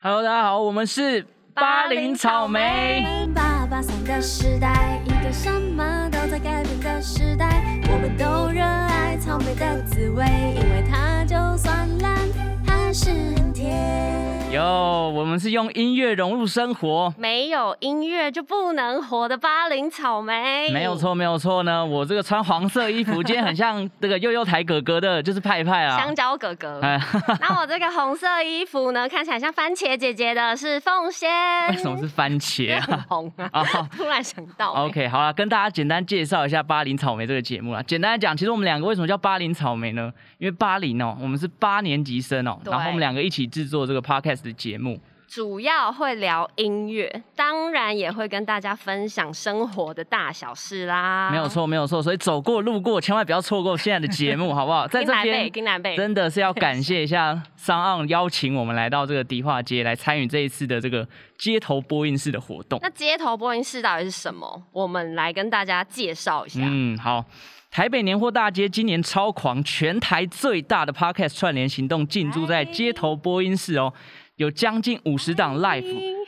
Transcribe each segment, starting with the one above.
Hello，大家好，我们是巴黎草莓。八八三的时代，一个什么都在改变的时代，我们都热爱草莓的滋味，因为它就算烂，还是很甜。哟，我们是用音乐融入生活，没有音乐就不能活的巴林草莓，没有。错，没有错呢。我这个穿黄色衣 服，今天很像这个悠悠台哥哥的，就是派派啊香。蕉哥哥，哎， 那我这个红色衣服呢，看起来像番茄姐姐的是凤仙， 为什么是番 茄 很啊？红啊？啊突然想到、欸 OK，好啦，跟大家简单介绍一下《巴黎草莓》这个节目啦。简单来讲，其实我们两个为什么叫《巴黎草莓》呢？因为巴黎哦，我们是八年级生哦，对然后我们两个一起制作这个 podcast 的节目。主要会聊音乐，当然也会跟大家分享生活的大小事啦。没有，错，没有错，所以走过路过，千万不要错过现在的节目，好不好？在跟这南边北，跟南北，真的是要感谢一下商岸邀请我们来到这个迪化街来参与这一次的这个街头播音室的活动。那街头播音室到底是什么？我们来跟大家介绍一下。嗯，好。台北年货大街今年超狂，全台最大的 podcast 串联行动进驻在街头播音室哦，有将近五十档 live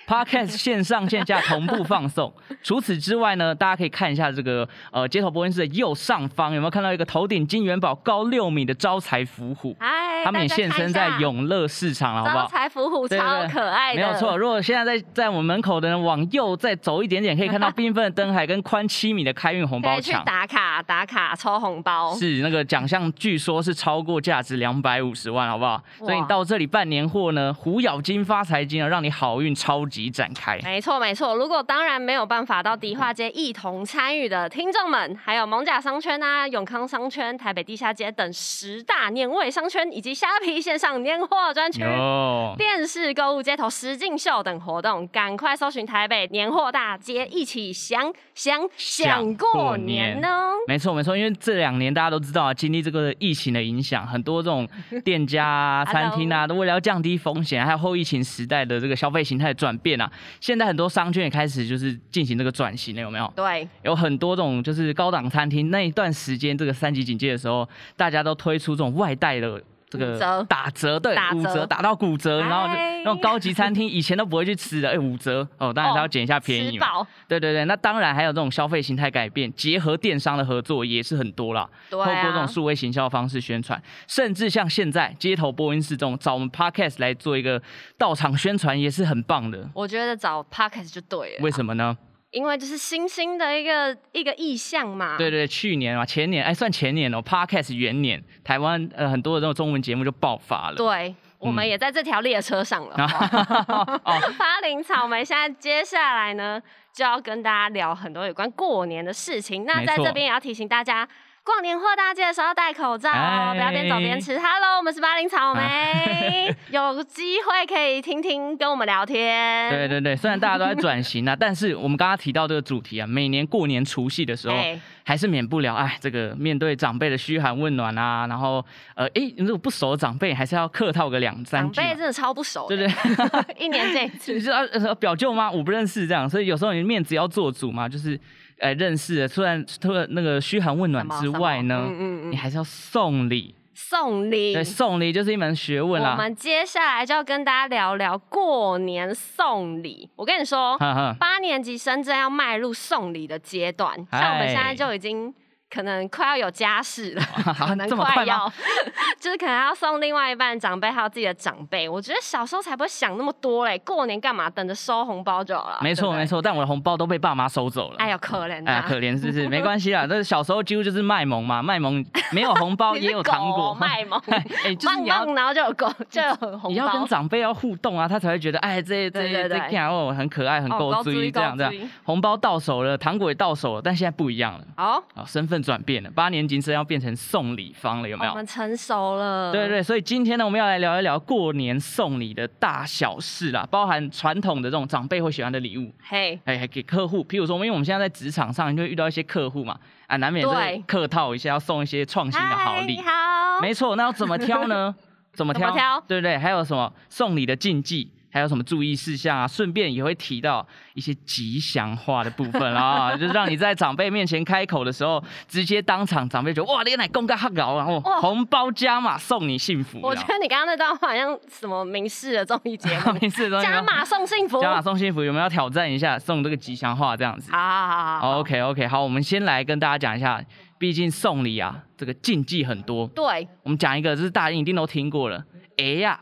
podcast 线上线下同步放 送。除此之外呢，大家可以看一下这个呃街头播音室的右上方有没有看到一个头顶金元宝高六米的招财伏虎，哎，他们也大家现看身一在下永乐市场了，好不招好？财伏虎对超对对可爱的，没有错，。如果现在在在我们门口的人往右再走一点点，可以看到缤纷的灯海跟宽七米的开运红可包以去墙。打卡打卡抽红包，是那个奖项，据说是超过价值两百五十万，好不好？哇所以你到这里办年货呢，虎咬金发财金啊，让你好运超级展开。没错没错。如果当然没有办法到迪化街一同参与的听众们，还有蒙甲商圈啊、永康商圈、台北地下街等十大年味商圈，以及虾皮线上年货专区。哟，电视购物、街头实境秀等活动，赶快搜寻台北年货大街，一起想想想过年哦！没错没错，因为这两年大家都知道啊，经历这个疫情的影响，很多这种店家啊、餐厅啊，都为了要降低风险，还有后疫情时代的这个消费形态的转变啊，现在很多商圈也开始就是进行这个转型了，有没有？对，有很多种就是高档餐厅那一段时间，这个三级警戒的时候，大家都推出这种外带的。这五个折打折对打折五折打到骨折，哎然后就那种高级餐厅以前都不会去吃的，哎五折哦，当然是要捡一下便宜吃嘛。饱，对对对，那当然还有这种消费形态改变，结合电商的合作也是很多啦。对透过这种啊，数位行销方式宣传，甚至像现在街头播音室这种找我们 podcast 来做一个到场宣传也是很棒的。我觉得找 Pockets 就对了为，什么呢？因为就是新兴的一个一个意向嘛。对对，去年啊，前年哎，算前年哦，Podcast 元年，台湾呃很多的这种中文节目就爆发了。嗯对，我们也在这条列 车上了。 哦巴林草莓，现在接下来呢，就要跟大家聊很多有关过年的事情。那没在错这边也要提醒大家，逛年货大街的时候要戴口罩哦哎，不要边走边吃。Hello，我们是巴林 草莓，有机会可以听听跟我们聊天。对对对，虽然大家都在转型啊，但是我们刚刚提到这个主题啊，每年过年除夕的时候，哎还是免不了哎，这个面对长辈的嘘寒问暖啊，然后呃，哎，如果不熟的长辈，还是要客套个两三长句辈嘛，真的超不熟对的，不对？ 一年见一次。 就是啊，呃表舅妈我不认识这样，所以有时候你面子要做主嘛，就是，呃，认识了，虽然除了那个嘘寒问暖什么之什么外呢，嗯嗯你嗯，还是要送礼。送礼对，。送礼就是一门学问我啦。们接下来就要跟大家聊聊过年送礼。我跟你说，哈 哈，八年级生正要迈入送礼的阶段，像我们现在就已经可能快要有家 室了，可能啊这么快吗要， 就是可能要送另外一半长辈还有自己的长辈。我觉得小时候才不会想那么多嘞，过年干嘛？等着收红包就好了。 没错没错。错，但我的红包都被爸妈收走了。哎呦，可怜哎呀，啊！可怜是不是？没关系啦，但是小时候几乎就是卖萌嘛， 卖萌没有红 包你也是有狗糖果哦。卖萌， 哎、就是棒你 要棒，然后就有狗，就有红包。你要跟长辈要互动啊，他才会觉得哎，这这对对对这看哦很可爱，很哦够够注注意意这样这够注样意。红包到手了，糖果也到手了，但现在不一样了。好，啊，身份转变了，八年级生要变成送礼方了，有没有？我们成熟了。对对，所以今天呢，我们要来聊一聊过年送礼的大小事啦，包含传统的这种长辈会喜欢的礼物，嘿，哎，还给客户，譬如说，因为我们现在在职场上，你就会遇到一些客户嘛，啊，难免就是对客套一下，要送一些创新的好嗨礼你。好， 没错，那要怎么挑呢？怎么哦怎么挑？挑对不对？还有什么送礼的禁忌？还有什么注意事项啊，顺便也会提到一些吉祥话的部分 啊，就让你在长辈面前开口的时候，直接当场长辈觉得哇，你奶公干哈搞啊，哦，哇红包加码送你幸福。，我觉得你刚刚那段话好像什么明视的综艺节 目没事，东西加码送幸福。加码送幸福，有没有要挑战一下送这个吉祥话这样子？好好好好好。 OK OK，好，我们先来跟大家讲一下，毕竟送礼啊，这个禁忌很多。对我们讲一个，就是大家一定都听过了，哎呀、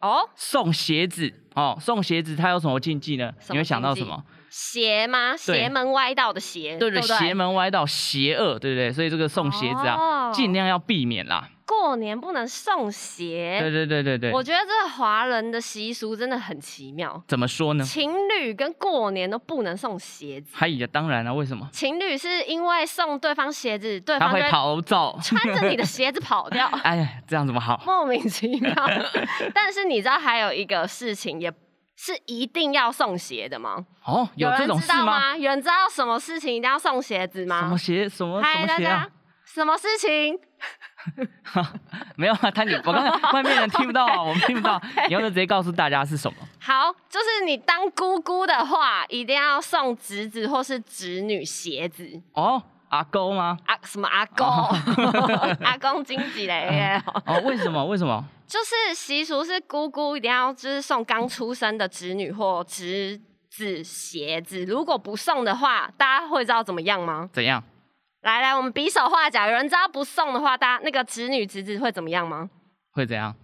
哦，送鞋子哦，送鞋子它有什么禁忌呢？什么你会想到什禁忌么？邪吗？对邪门歪道的邪，对对对，不对，邪门歪道、邪恶，对不对？所以这个送鞋子啊，哦尽量要避免啦。过年不能送邪。对对对对对哎我，觉得这个华人的习俗真的很奇妙，怎么说呢？情侣跟过年都不能送鞋子。嗨呀，当然了，为什 么？情侣是因为送对方鞋子，对他方会就会逃走。穿着你的鞋子跑掉， 哎呀，这样怎么好？莫名其妙。 但是你知道还有一个事情也是一定要送鞋的吗？哦，有这人种知事道？有人知道什么事情一定要送鞋子什么吗？鞋？什么什嗨，么哎大鞋啊家？，什么事情？ 没有啊，他你我刚才外面人听不到 啊，我们听不到 OK，你要不要直接告诉大家是什么？好，就是你当姑姑的话，一定要送侄子或是侄女鞋子。哦，阿勾吗？啊，什么阿 公，哦阿公经 济嘞，哎耶哦，为什么？为什么？就是习俗是姑姑一定要就是送刚出生的侄女或侄子鞋子，如果不送的话，大家会知道怎么样吗？怎样？来来，我们比手画脚，有人知道不送的话，大家那个侄女侄子会怎么样吗？会怎样？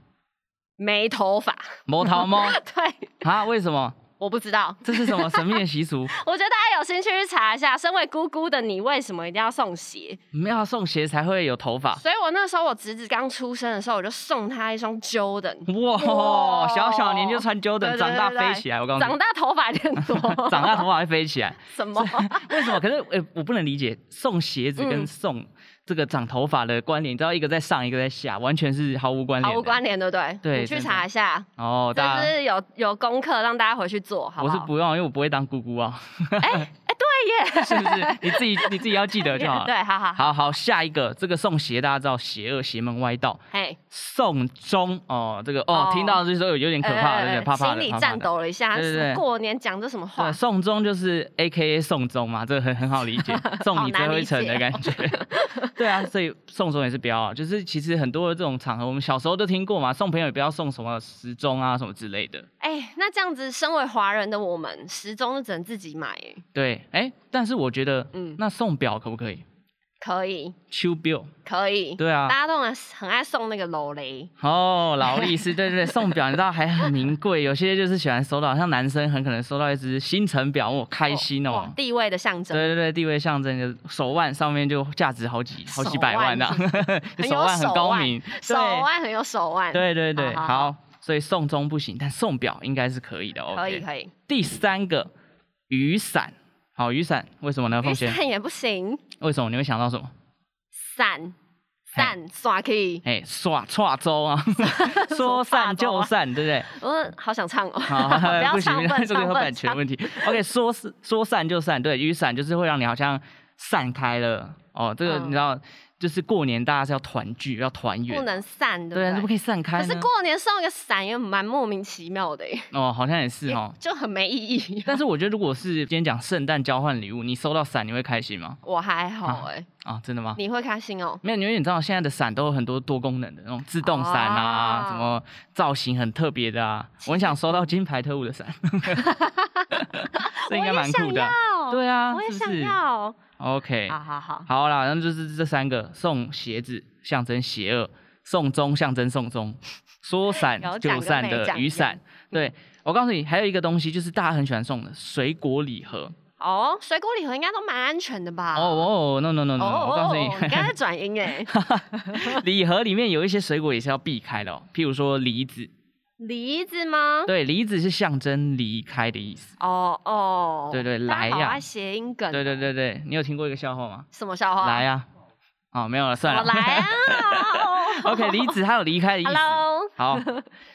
没头发， 魔桃猫对，啊？为什么？我不知道，这是什么神秘的习 俗？我觉得大家有兴趣去查一下，身为姑姑的你为什么一定要送鞋？我们要送鞋才会有头发。所以我那时候我侄子刚出生的时候，我就送他一双 Jordan。哇，哇小小年就穿对 Jordan，对长大对对飞起来。我告诉长你，，大头发有点多长啊大头发会飞起来。什么？为什么？可是诶、我不能理解送鞋子跟嗯送这个长头发的关联。你知道一个在上，一个在下，完全是毫无关毫联。无关。联，对不对？对你去真的查一下，哦，就大家，是有有功课让大家回去做，好我不是好？不用，因为我不会当姑姑啊，哎哎，对耶，是不是？你自己你自己要记得就好了。 对，好好好，好好，下一个这个送鞋，大家知道邪恶、邪门歪道。嘿，送钟哦，这个哦哦，听到就是说有点可怕，有点怕怕的，呃心里怕怕颤的。抖了一下，对对什对么过年讲这什么话对，？送终就是 A K A 送终嘛，这个很很好理 解，送你最后一程的感觉。 对啊，所以送终也是不要啊，就是其实很多的这种场合，我们小时候都听过嘛，送朋友也不要送什么时钟啊什么之类的。哎，那这样子，身为华人的我们，时钟就只能自己买，哎对，哎、但是我觉得，嗯嗯，那送表可不可以？可以，秋表，可以。对啊大，家都很很爱送那个楼雷，哦，劳力士，对对对，送表你知道还很名贵，有些就是喜欢收到，像男生很可能收到一只星辰表，我开心哇哦。地位的象征，对对对，地位象征就是手腕上面就价值好几好几百万的、啊手， 就手腕很高明，手腕很有手腕，对对对，好好好，所以送钟不行，但送表应该是可以的。OK，可以可以。第三个雨伞，好，雨伞为什么呢？雨凤仙，伞 也不行，为什么你会想到什么？伞伞耍可以。哎，耍耍周啊， 说散就散，对不对？我好想唱哦， 好，不要不行唱，不 行笨，这个唱有版笨权唱。问题。OK，说是说散就散，对，雨伞就是会让你好像散开了哦。这个嗯你知道，就是过年大家是要团聚，要团圆，不能散，对对啊，不怎么对？可以散开可呢？是过年送一个伞也蛮莫名其妙的耶，哦，好像也 是哦。就很没意义。 但是我觉得，如果是今天讲圣诞交换礼物，你收到伞，你会开心吗？我还好哎，啊，真的吗？你会开心哦？没有，因为你知道现在的伞都有很多多功能的那种自动伞啊，哦什么造型很特别的啊。我很想收到金牌特务的 伞， 这应该蛮酷的啊。我也想要，对啊，我也是不想是要。 ？OK，好好好，好啦，那就是这三个：送鞋子象征邪恶，送钟象征送钟， 说散有讲就跟散没的讲雨一伞样。嗯对，我告诉你，还有一个东西就是大家很喜欢送的水果礼盒。哦，水果礼盒应该都蛮安全的吧？哦哦，no no no no，哦 no，我告诉你，你刚才转音哎， 礼盒里面有一些水果也是要避开的哦，譬如说梨子，梨子吗？对，梨子是象征离开的意思。哦哦，对对大家来好呀爱谐音梗，对对，对对，你有听过一个笑话吗？什么笑话？来呀、啊，哦，没有了，算我了。来啊 OK，梨子它有离开的意思。 ，Hello， 好，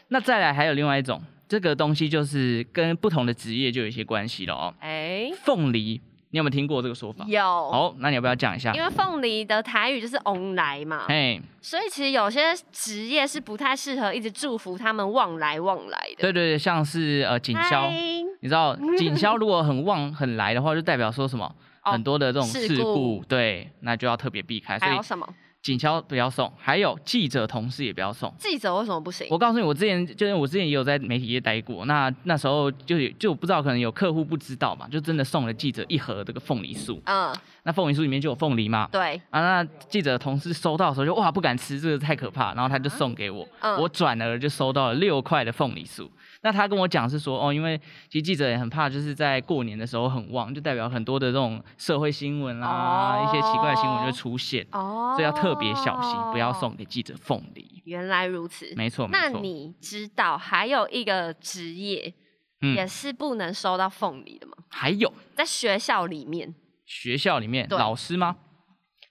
那再来还有另外一种，这个东西就是跟不同的职业就有一些关系了哦。哎，凤梨你有没有听过这个说法？有，好，那你要不要讲一下因？为凤梨的台语就是翁来嘛，哎，所以其实有些职业是不太适合一直祝福他们旺来旺来的。对对对，像是呃警消，嗨你知 道警消如果很旺很来的话，就代表说什么？哦很多的这种事事故故，对，那就要特别避开。所还以有什么警消不要送，还有记者同事也不要送。记者为什么不行？我告诉你，我之前就是我之前也有在媒体业待过，那那时候就有就不知道，可能有客户不知道嘛，就真的送了记者一盒这个凤梨酥。嗯，那凤梨酥里面就有凤梨嘛，对，啊，那记者同事收到的时候就哇不敢吃，这个太可怕，然后他就送给我，嗯我转而就收到了六块的凤梨酥。那他跟我讲是说，哦，因为其实记者也很怕，就是在过年的时候很旺，就代表很多的这种社会新闻啊，哦一些奇怪的新闻就会出现，哦，所以要特别小心，不要。送给记者凤梨。原来如此。没错，没哦那错，你知道还有一个职业也嗯，是不能收到凤梨的吗？还有在学校里面，学校里面对老师吗？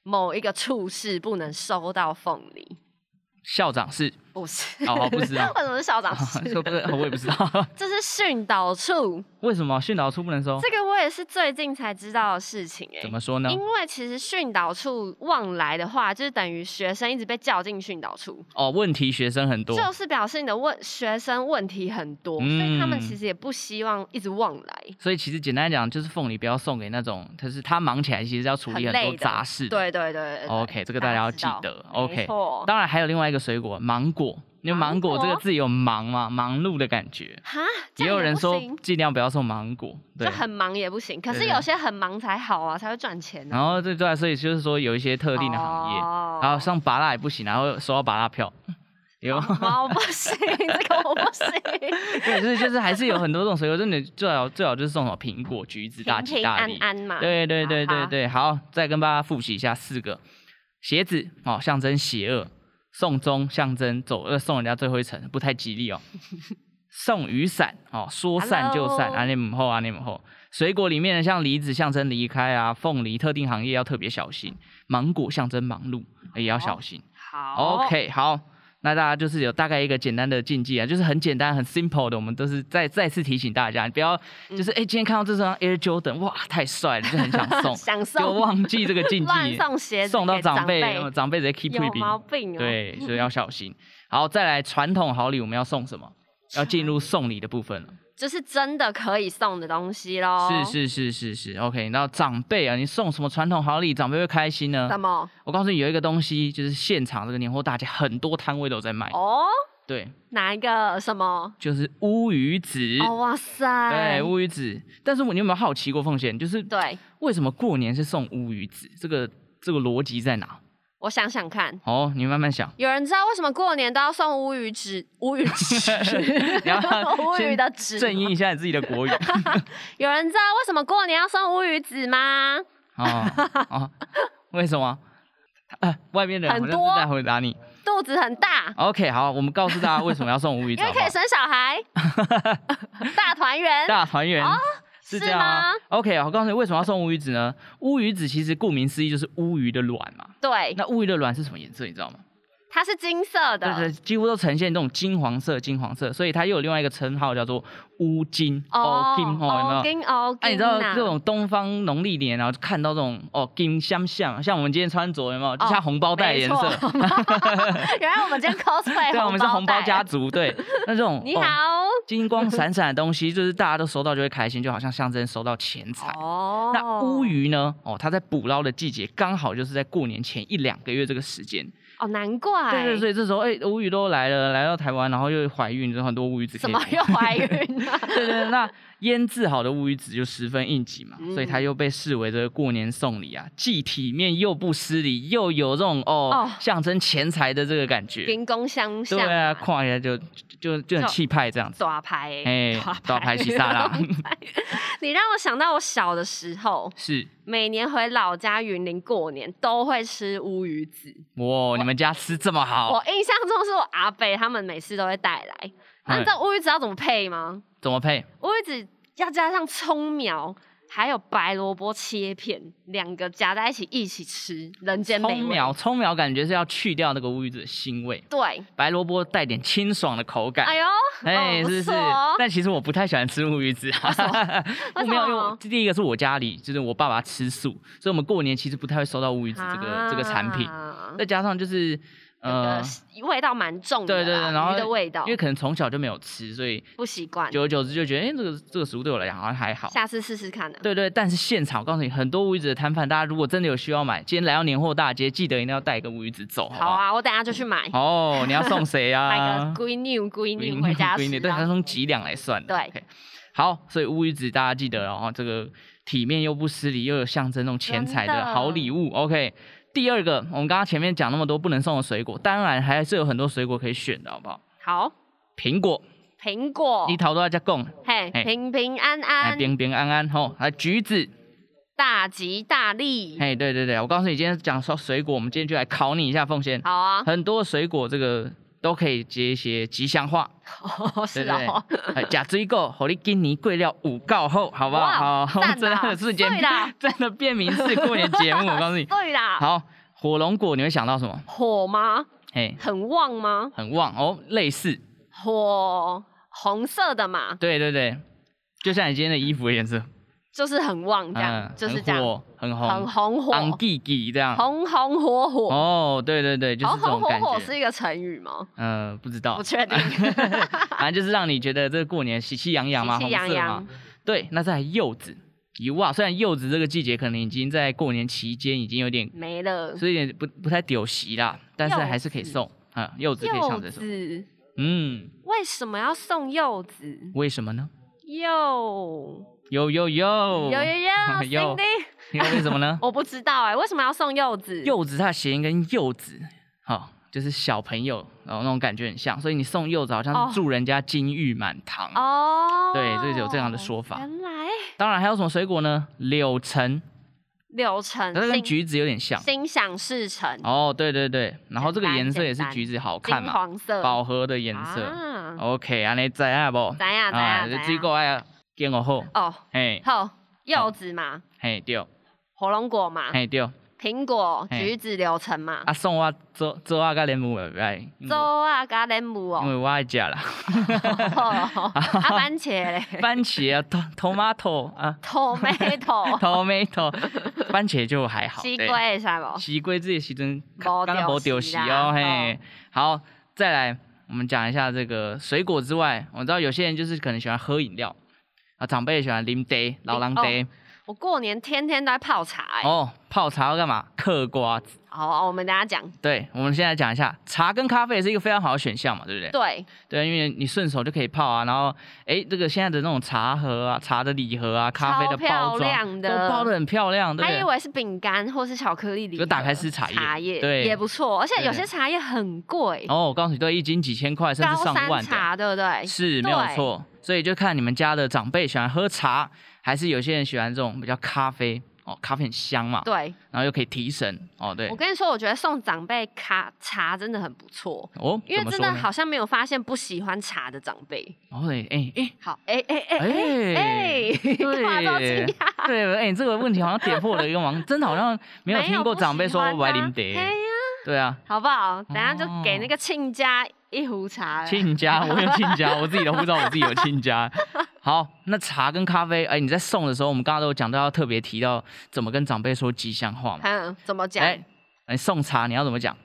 某一个处室不能收到凤梨，校长是不是？哦不是啊 为什么是校长 室？这个我也不知道 这是训导处，为什么训导处不能收，这个我也是最近才知道的事情哎、哦怎么说呢因？为其实训导处往来的话，就是等于学生一直被叫进训导处，哦，问题学生很多，就是表示你的问学生问题很多，所以他们其嗯实也不希望一直往来。所以其实简单来讲，就是凤梨不要送给那种，就是他忙起来其实要处理很很累多的杂事的。对对对对对 OK，这个大家要记知道得。OK，没错。当然还有另外一个水果，芒果。因为芒芒果果这个字有忙嘛，忙碌的感觉。哈，这也样有人不说行尽量不要送芒果，对就。很忙也不行，可对是对有些很忙才好啊，才会赚钱啊、然后这对，所以就是说有一些特定的行业，哦然后上拔蜡也不行，然后收到拔蜡票，有。我不行，这个我不行。 对，就是就是还是有很多种水果，真的最好最好就是送什么苹果、橘子、大平吉平大安利。安嘛。啊对对对好对对，好，再跟大家复习一下四个鞋子哦，象征邪恶；送钟象征走呃送人家最后一程，不太吉 利哦。送雨伞哦，说散就散， Hello 啊你母后啊你母后。水果里面的像梨子象征离开啊，凤梨特定行业要特别小心，芒果象征忙碌也要小心。好 OK，好，那大家就是有大概一个简单的禁忌啊，就是很简单、很 simple 的，我们都是再再次提醒大家，你不要嗯就是哎、诶今天看到这双 Air Jordan，哇，太帅了，就很想送，想就 送忘记这个禁 乱忌，送鞋子送到给长长辈，辈呃长辈直接 keep 有毛病，病哦。，对，所以要小心。好，再来传统好礼，我们要送什么？要进入送礼的部分了，就是真的可以送的东西喽。是是是是是，OK。然后长辈啊，你送什么传统好礼，长辈会开心呢什？么？我告诉你，有一个东西就是现场这个年货大街很多摊位都有在卖，哦，对，哪一个什么？就是乌鱼子。哦，哇塞！对，乌鱼子。但是我你有没有好奇过凤仙，就是对，为什么过年是送乌鱼子？这个这个逻辑在哪？我想想看，。哦，你慢慢想 有人知道为什么过年都要送乌鱼子？乌鱼子你要不要，乌鱼先的子吗正音一下你自己的国语。有人知道为什么过年要送乌鱼子吗？哦哦，为什么？呃，外面的人很好像多是在回答你。肚子很大， OK，好，我们告诉大家为什么要送乌 鱼子因好为不可好以？生小 孩，大团圆。大团圆。是哦是这样啊吗，OK，我告诉你为什么要送乌鱼子呢？乌鱼子其实顾名思义就是乌鱼的卵嘛。对，那乌鱼的卵是什么颜色？你知道吗？它是金色的。对对，几乎都呈现这种金黄色、金黄色，所以它又有另外一个称号叫做乌金哦，金哦，有没有？金哦，哎、你知道这种东方农历年，然后就看到这种哦金相像，像我们今天穿着有哦没有？就像红包袋的颜 色， 原来我 们今天 cosplay 对，我们是红包袋家。族，对。那这 种你哦好，金光闪闪的东西，就是大家都收到就会开心，就好像象征收到钱财。哦那乌鱼呢？哦，它在捕捞的季节刚好就是在过年前一两个月这个时间，哦，难怪。对对，所以这时候哎、乌鱼都来了，来到台湾，然后又怀孕，就很多乌鱼子可怎以么吃又怀孕 了？ 对啊对，那腌制好的乌鱼子就十分应景嘛，所以嗯它又被视为这个过年送礼啊，既体面又不失礼，又有这种哦哦象征钱财的这个感觉。零工相向对嘛，啊，跨一下就就就很气派这样子。 抓拍，哎抓拍洗沙拉 你让我想到我小的时候，是，每年回老家云林过年都会吃乌鱼子。哇，你们家吃这么好我，印象中是我阿伯他们每次都会带来。啊嗯那你知道乌鱼子要怎么配吗？怎么配？乌鱼子要加上葱苗，还有白萝卜切片，两个夹在一起一起吃，人间美葱味。苗，葱苗感觉是要去掉那个乌鱼子的腥味，对，白萝卜带点清爽的口感。哎呦，哎、哦、是不不是错哦，但其实我不太喜欢吃乌鱼子，啊我为什么没有，因为 我第一个是我家里，就是我爸爸吃素，所以我们过年其实不太会收到乌鱼子这个、这个产品，啊再加上就是呃，有个味道蛮重的对啦，对对，然后鱼的味道因为可能从小就没有吃，所以不习惯，久而久之就觉得，哎、这个这个食物对我来讲好像还好。下次试试看呢。对对，但是现场我告诉你，很多乌鱼子的摊贩，大家如果真的有需要买，今天来到年货大街，记得一定要带一个乌鱼子走，好不好啊，我等下就去买，哦，你要送谁 买个啊？闺女闺闺女女回家 闺吃女，啊。对，它是用几两来算的。对 OK 好，所以乌鱼子大家记得哦，哈这个体面又不失礼，又有象征那种钱财真的的好礼物。OK，第二个，我们刚刚前面讲那么多不能送的水果，当然还是有很多水果可以选的，好不好？好，苹果，苹果你，头都在家供，嘿，嘿平平安哎，安，平平安安吼，还有橘子，大吉大利。哎，对对对，我告诉你，今天讲说水果，我们今天就来考你一下，凤仙，好啊， 很多水果这个都可以接一些吉祥 话，是哦，哎，假追购，给你今年贵料五告后，好不好？哇好，赞真啦的是节目对啦， 真的变名是过年节目，我告诉你。对啦，好，火龙果你会想到什么？火吗？哎，很旺吗？很旺哦，类似，火红色的嘛，对对对，就像你今天的衣服的颜色，就是很旺这样，嗯，就是很这样，火，很红，很红火，昂弟弟这样。红红火火。哦，对对对，就是红这种红火感火觉。是一个成语吗？嗯，不知道，不 确定反正就是让你觉得这个过年喜气洋 洋嘛，喜红气洋色洋嘛。，对，那再来柚子。油啊，虽然柚子这个季节可能已经在过年期间已经有点，没了。所以有点不不太丢席啦，但是还是可以送啊、柚子可以柚上着送。子嗯，为什么要送柚子？为什么呢？柚有有有有有 有啊柚，Cindy，？因为为什么呢 我不知道哎、为什么要送柚子？柚子它的谐音跟柚子，好、就是小朋友，然、后那种感觉很像，所以你送柚子好像哦是祝人家金玉满堂。哦，对这是有这样的说法原来当然还有什么水果呢？柳橙，柳橙，它跟心橘子有点像。心想事成，哦，对对对，然后这个简单颜色简也是单橘子好金看嘛，黄色饱和的颜色。啊， OK，安尼知影无？啊怎样怎样这怎水样？果爱见我好，哦，嘿，好，柚子嘛，嘿对，火龙果嘛，嘿对，苹果、嘿橘子、柳橙嘛，啊送我做做啊甲莲雾袂歹，因为粥啊、加莲雾因哦，为我爱食啦， 嗯啊番 茄嘞番茄啊，to-，tomato 啊 ，tomato，，tomato，番茄就还好，西对瓜，哦会啥无？西瓜这个时阵没刚刚无丢丢席席啦哦，嘿，好，再来我们讲一下这个水果之外，我知道有些人就是可能喜欢喝饮料。啊，长辈也喜欢啉茶，老人茶哦我过年天天都在泡茶哎、哦，泡茶要干嘛？嗑瓜子。好、哦我们等一下讲。对，我们现在讲一下，茶跟咖啡也是一个非常好的选项嘛，对不对？对，对，因为你顺手就可以泡啊，然后哎，这个现在的那种茶盒啊、茶的礼盒啊、咖啡的包超漂亮装，的都包的很漂亮，对还以不对？为是饼干或是巧克力里，就打开是茶叶茶叶对也不错，而且对有些茶叶很贵，哦，我告诉你，对，一斤几千块，甚高至上山万的，茶对不对？是没有错。所以就看你们家的长辈喜欢喝茶，还是有些人喜欢这种比较咖啡哦，咖啡很香嘛，对，然后又可以提神哦，对我，跟你说，我觉得送长辈咖茶真的很不错，哦，因怎为么真说的呢？好像没有发现不喜欢茶的长辈。哦，对， 哎哎。好，哎哎哎哎哎 哎，干嘛这么惊对讶？对，哎、这个问题好像点破了一个盲，真的好像没有听过长辈说不喜欢白啊林哎蝶。呀，对啊，好不好？等下就哦给那个亲家一壶茶了。亲家，我有亲家， 我自己都不知道我自己有亲家。好，那茶跟咖啡，哎、你在送的时候，我们刚刚都有讲到要特别提到怎么跟长辈说吉祥话嘛。嗯，怎么讲？哎、哎送茶你要怎么讲？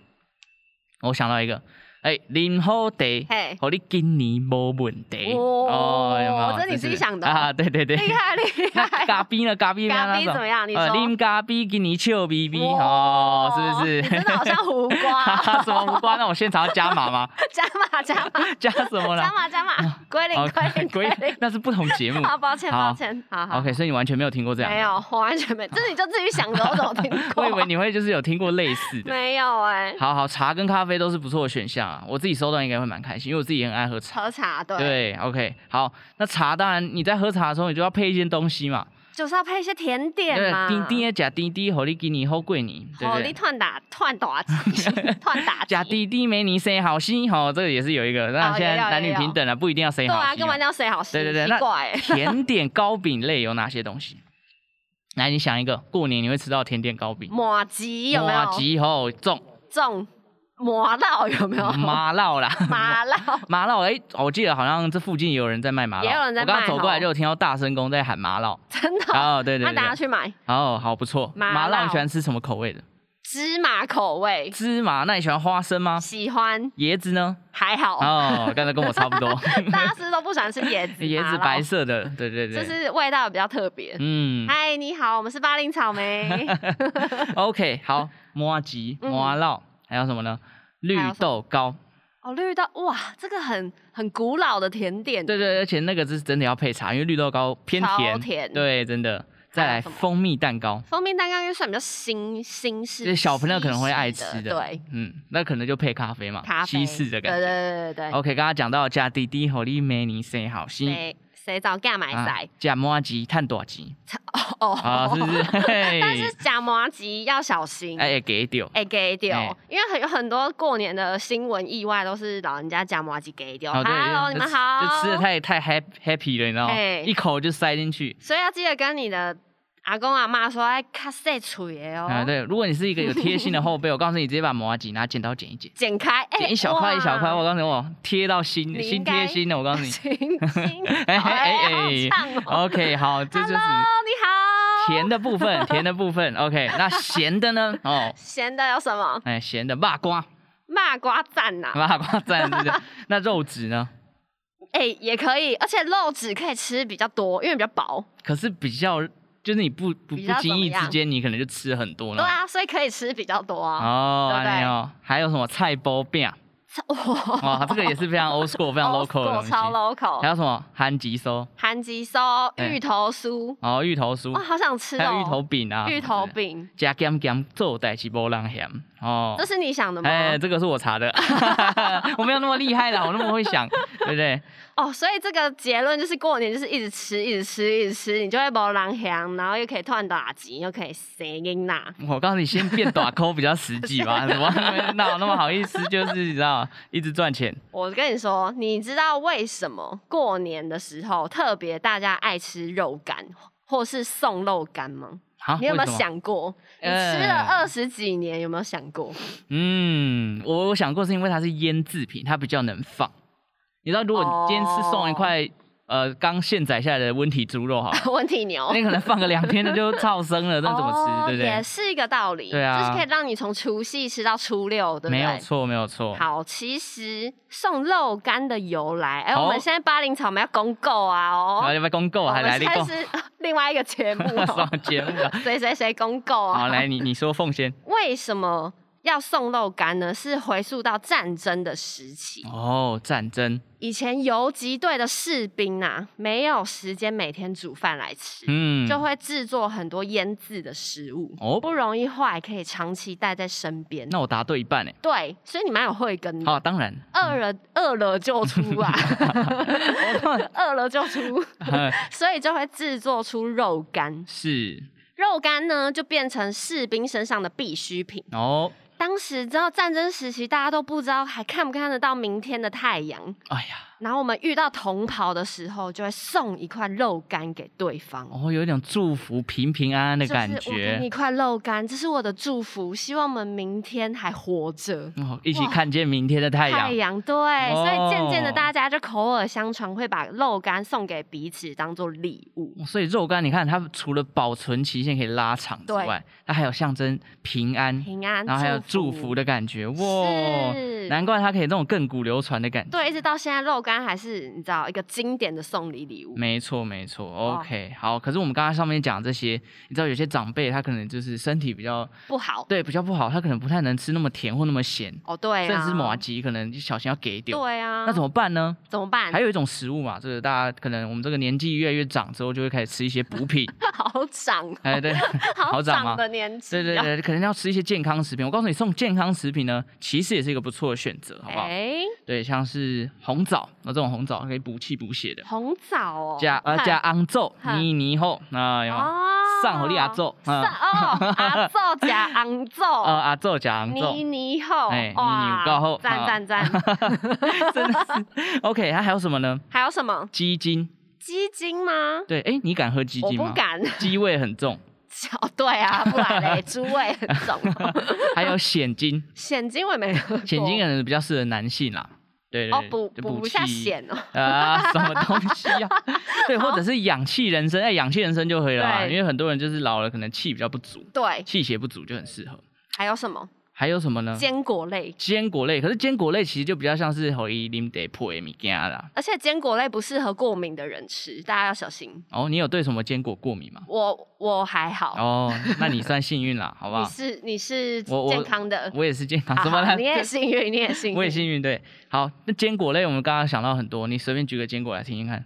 我想到一个，哎、林好茶，嘿和你今年无问题。哦有没有这你自己是想的哦啊？对对对，厉害厉那 害！咖啡呢？咖啡呢啊咖那啡种怎么样你呃，说啉咖啡给你笑逼逼哇哦，是不是？你真的好像胡 瓜，什么无关？那我现场要加码吗？ 加码加码加什么加啦？码加码，归零好 归零归哦归零。那是不同节目。好，抱歉好抱歉，好好。 OK，所以你完全没有听过这样的。没有，我完全没，这你就自己想的，我怎么听 过？我以为你会就是有听过类似 的。没有哎、好好，茶跟咖啡都是不错的选项啊，我自己收到应该会蛮开心，因为我自己也很爱喝茶。喝茶对，对，OK，好，那茶当然你在喝茶的时候，你就要配一件东西嘛，就是要配一些甜对点嘛。不对，滴滴假滴滴，好利给你好贵你，对不哦，你对？团打团打鸡， 团打假鸡，滴滴没你谁好心，好、这个也是有一个，哦那现有在有男女有平等啊，不一定要谁 对 好心、啊，干嘛这样谁好心？对对对，奇怪、那欸。甜点糕饼类有哪些东西？来，你想一个，过年你会吃到甜点糕饼，马吉有没有？吉吼粽，粽麻辣有没有？麻辣啦， 麻辣麻辣，哎、我记得好像这附近也有人在卖麻辣，也有人在我刚卖走过来吼就有听到大声公在喊麻辣， 真的哦，哦，对对那对大家对，去买哦，好不错，麻麻辣辣你喜欢吃什么口味的？芝麻口味，芝麻，那你喜欢花生 吗？喜欢椰子呢？还好。哦，刚才跟我差不多， 大家是不是都不喜欢吃椰子，椰子白，色的，对对对，就是味道比较特别。嗯嗨，你好，我们是八零 草莓， ，OK，好，麻吉、嗯麻辣，还有什么呢？绿还有什么豆糕，哦，绿豆，哇，这个很很古老的甜点，对对，而且那个是真的要配茶，因为绿豆糕偏超甜，甜对，真的。再还来有什么蜂蜜蛋糕，蜂蜜蛋糕应该算比较新新式，就是小朋友可能会爱西吃式的，的，对，，嗯，那可能就配咖啡嘛，咖西啡式的感对觉。对对对对 OK，刚刚讲到加滴滴和你美尼生好心，啊谁谁早干买塞加摩吉探多吉啊，是哦，不是？嘿 但是假麻吉要小心。哎，给丢，哎，给丢哎，因为很有很多过年的新闻意外都是老人家假麻吉给丢。哦对 Hello，你们哎好，就吃的太太 happy happy 了，你知道吗？哎一口就塞进去。所以要记得跟你的阿公阿妈说，哎，卡塞嘴的哦，啊，对，如果你是一个有贴心的后辈，我告诉你，直接把摩吉拿剪刀剪一剪，剪开， 哎、剪一小块哇一小块，我告诉你，我贴到你心应心该贴心的，我 告诉你。行行， 哎哎哎哎，好哎呛哦。 ，OK，好，这就是 Hello，你好。甜的部分，甜的部分，OK，那咸的呢？哦，咸的有什么？哎，咸的麻瓜，麻瓜赞呐、麻 瓜赞是不是？那肉质呢？哎、也可以，而且肉质可以吃比较多，因为比较薄。可是比较，就是你不不比不较怎经么意之样间，你可能就吃很多对了。啊，所以可以吃比较多啊。哦，对不对安尼哦，还有什么菜包饼？哦哇，哇，这个也是非常 old school、非常 Old local 的东 school，西。超还 local。有什么韩吉酥？韩吉烧哎芋头酥，哦，芋头酥哇，，好想吃还有芋头哦。饼啊，芋头，饼，加咸咸做代是无人嫌哦这。是你想的吗？哎，这个是我查的， 我没有那么厉害啦，我那么会想，对不对？哦，所以这个结论就是过年就是一直吃，一直吃，一直吃，你就会无人香，然后又可以赚打击，又可以生囡呐。我告诉你，先变短 抠比较实际 吧，怎么哪有那么好意思？就是你知道，一直赚钱。我跟你说，你知道为什么过年的时候特别大家爱吃肉干或是送肉干吗？好，你有没啊为有什么？想过？你呃吃了二十几年，有没有想过？ 嗯，我我想过是因为它是腌制品，它比较能放。你知道，如果你今天是送一块、哦呃刚现宰下来的温体猪肉好 了，问题哦牛，那可能放个两天的就超生了，那怎么吃？哦对不也对？是一个道理，对啊就是可以让你从除夕吃到初六，对不对？没有错，没有错。好，其实送肉干的由来，哎、好我们现在八零草莓要公购啊然后哦，要不要公购我啊还们来现力在购？是 另外一个节 目、什么哦，节目 啊？谁谁谁公购啊？好，来你你说奉先为什么要送肉干呢？是回溯到战争的时期，哦，战争，以前游击队的士兵啊，没有时间每天煮饭来吃，嗯，就会制作很多腌制的食物，哦不容易坏，可以长期带在身边。那我答对一半哎，对，所以你蛮有慧根的。好，当然，饿了饿了就出 啊，饿了就出，呃所以就会制作出肉干。 是肉干呢，就变成士兵身上的必需品。哦，当时知道战争时期，大家都不知道还看不看得到明天的太阳。哎呀，然后我们遇到同袍的时候，就会送一块肉干给对方。哦，有一种祝福平平安安的感就是我给觉你一，块肉干，这是我的祝福，希望我们明天还活着。哦，一起哇看见明天的太阳太。阳对，所以渐渐的哦大家就口耳相传，会把肉干送给彼此当做礼物。所以肉干，你看它除了保存期限可以拉长之对外，它还有象征平安，平安，然后还有祝福的，的感觉，哇！是，难怪它可以这种亘古流传的感觉。对，一直到现在肉干还是你知道一个经典的送礼礼物。没错，没错，OK，好。可是我们刚刚上面讲这些，你知道有些长辈他可能就是身体比较不好对比较不好，他可能不太能吃那么甜或那么咸，哦，对甚啊，至马吉可能就小心要给丢。对啊，那怎么办呢？怎么办？还有一种食物嘛，这个大家可能我们这个年纪越来越长之后，就会开始吃一些补 品。好长哦， 哎，对，好 好长吗的年纪，啊对对，对，可能要吃一些健康食品。我告诉你，送健康食品呢，其实也是一个不错的选择，好不好？哎，对，像是红枣，那这种红枣可以补气补血的，红枣哦，加呃加昂咒、哼泥泥后，那有吗？哦，上火力阿咒，上嗯哦，阿奏加昂 呃奏，阿咒加昂咒妮，妮后，哎妮妮哇，有够厚赞啊赞赞！ 真的是 OK。它还有什么呢？还有什么鸡精，鸡精吗？对，哎，你敢喝鸡我精吗？不敢， 鸡味很重，哦，对啊， 不然嘞，猪味很重。还有险金，险金我也没喝过，险金可能比较适合男性啦。对哦对对，补就补补一下气险哦。啊，什么东西 啊？对，或者是氧气人参，哎，氧气人参就可以了啊，因对为很多人就是老了，可能气比较不足，对，气血不足就很适合。还有什么还有什么呢？坚果类？坚果类，可是坚果类其实就比较像是吼伊啉得破的物件啦。而且坚果类不适合过敏的人吃，大家要小心。哦，你有对什么坚果过敏吗？我我还好，哦，那你算幸运 啦，好不你好？是你是我我健康的，我也是健康，好什么好啦你也幸运，你也幸运，我也幸运，对。好，那坚果类我们刚刚想到很多，你随便举个坚果来听听看。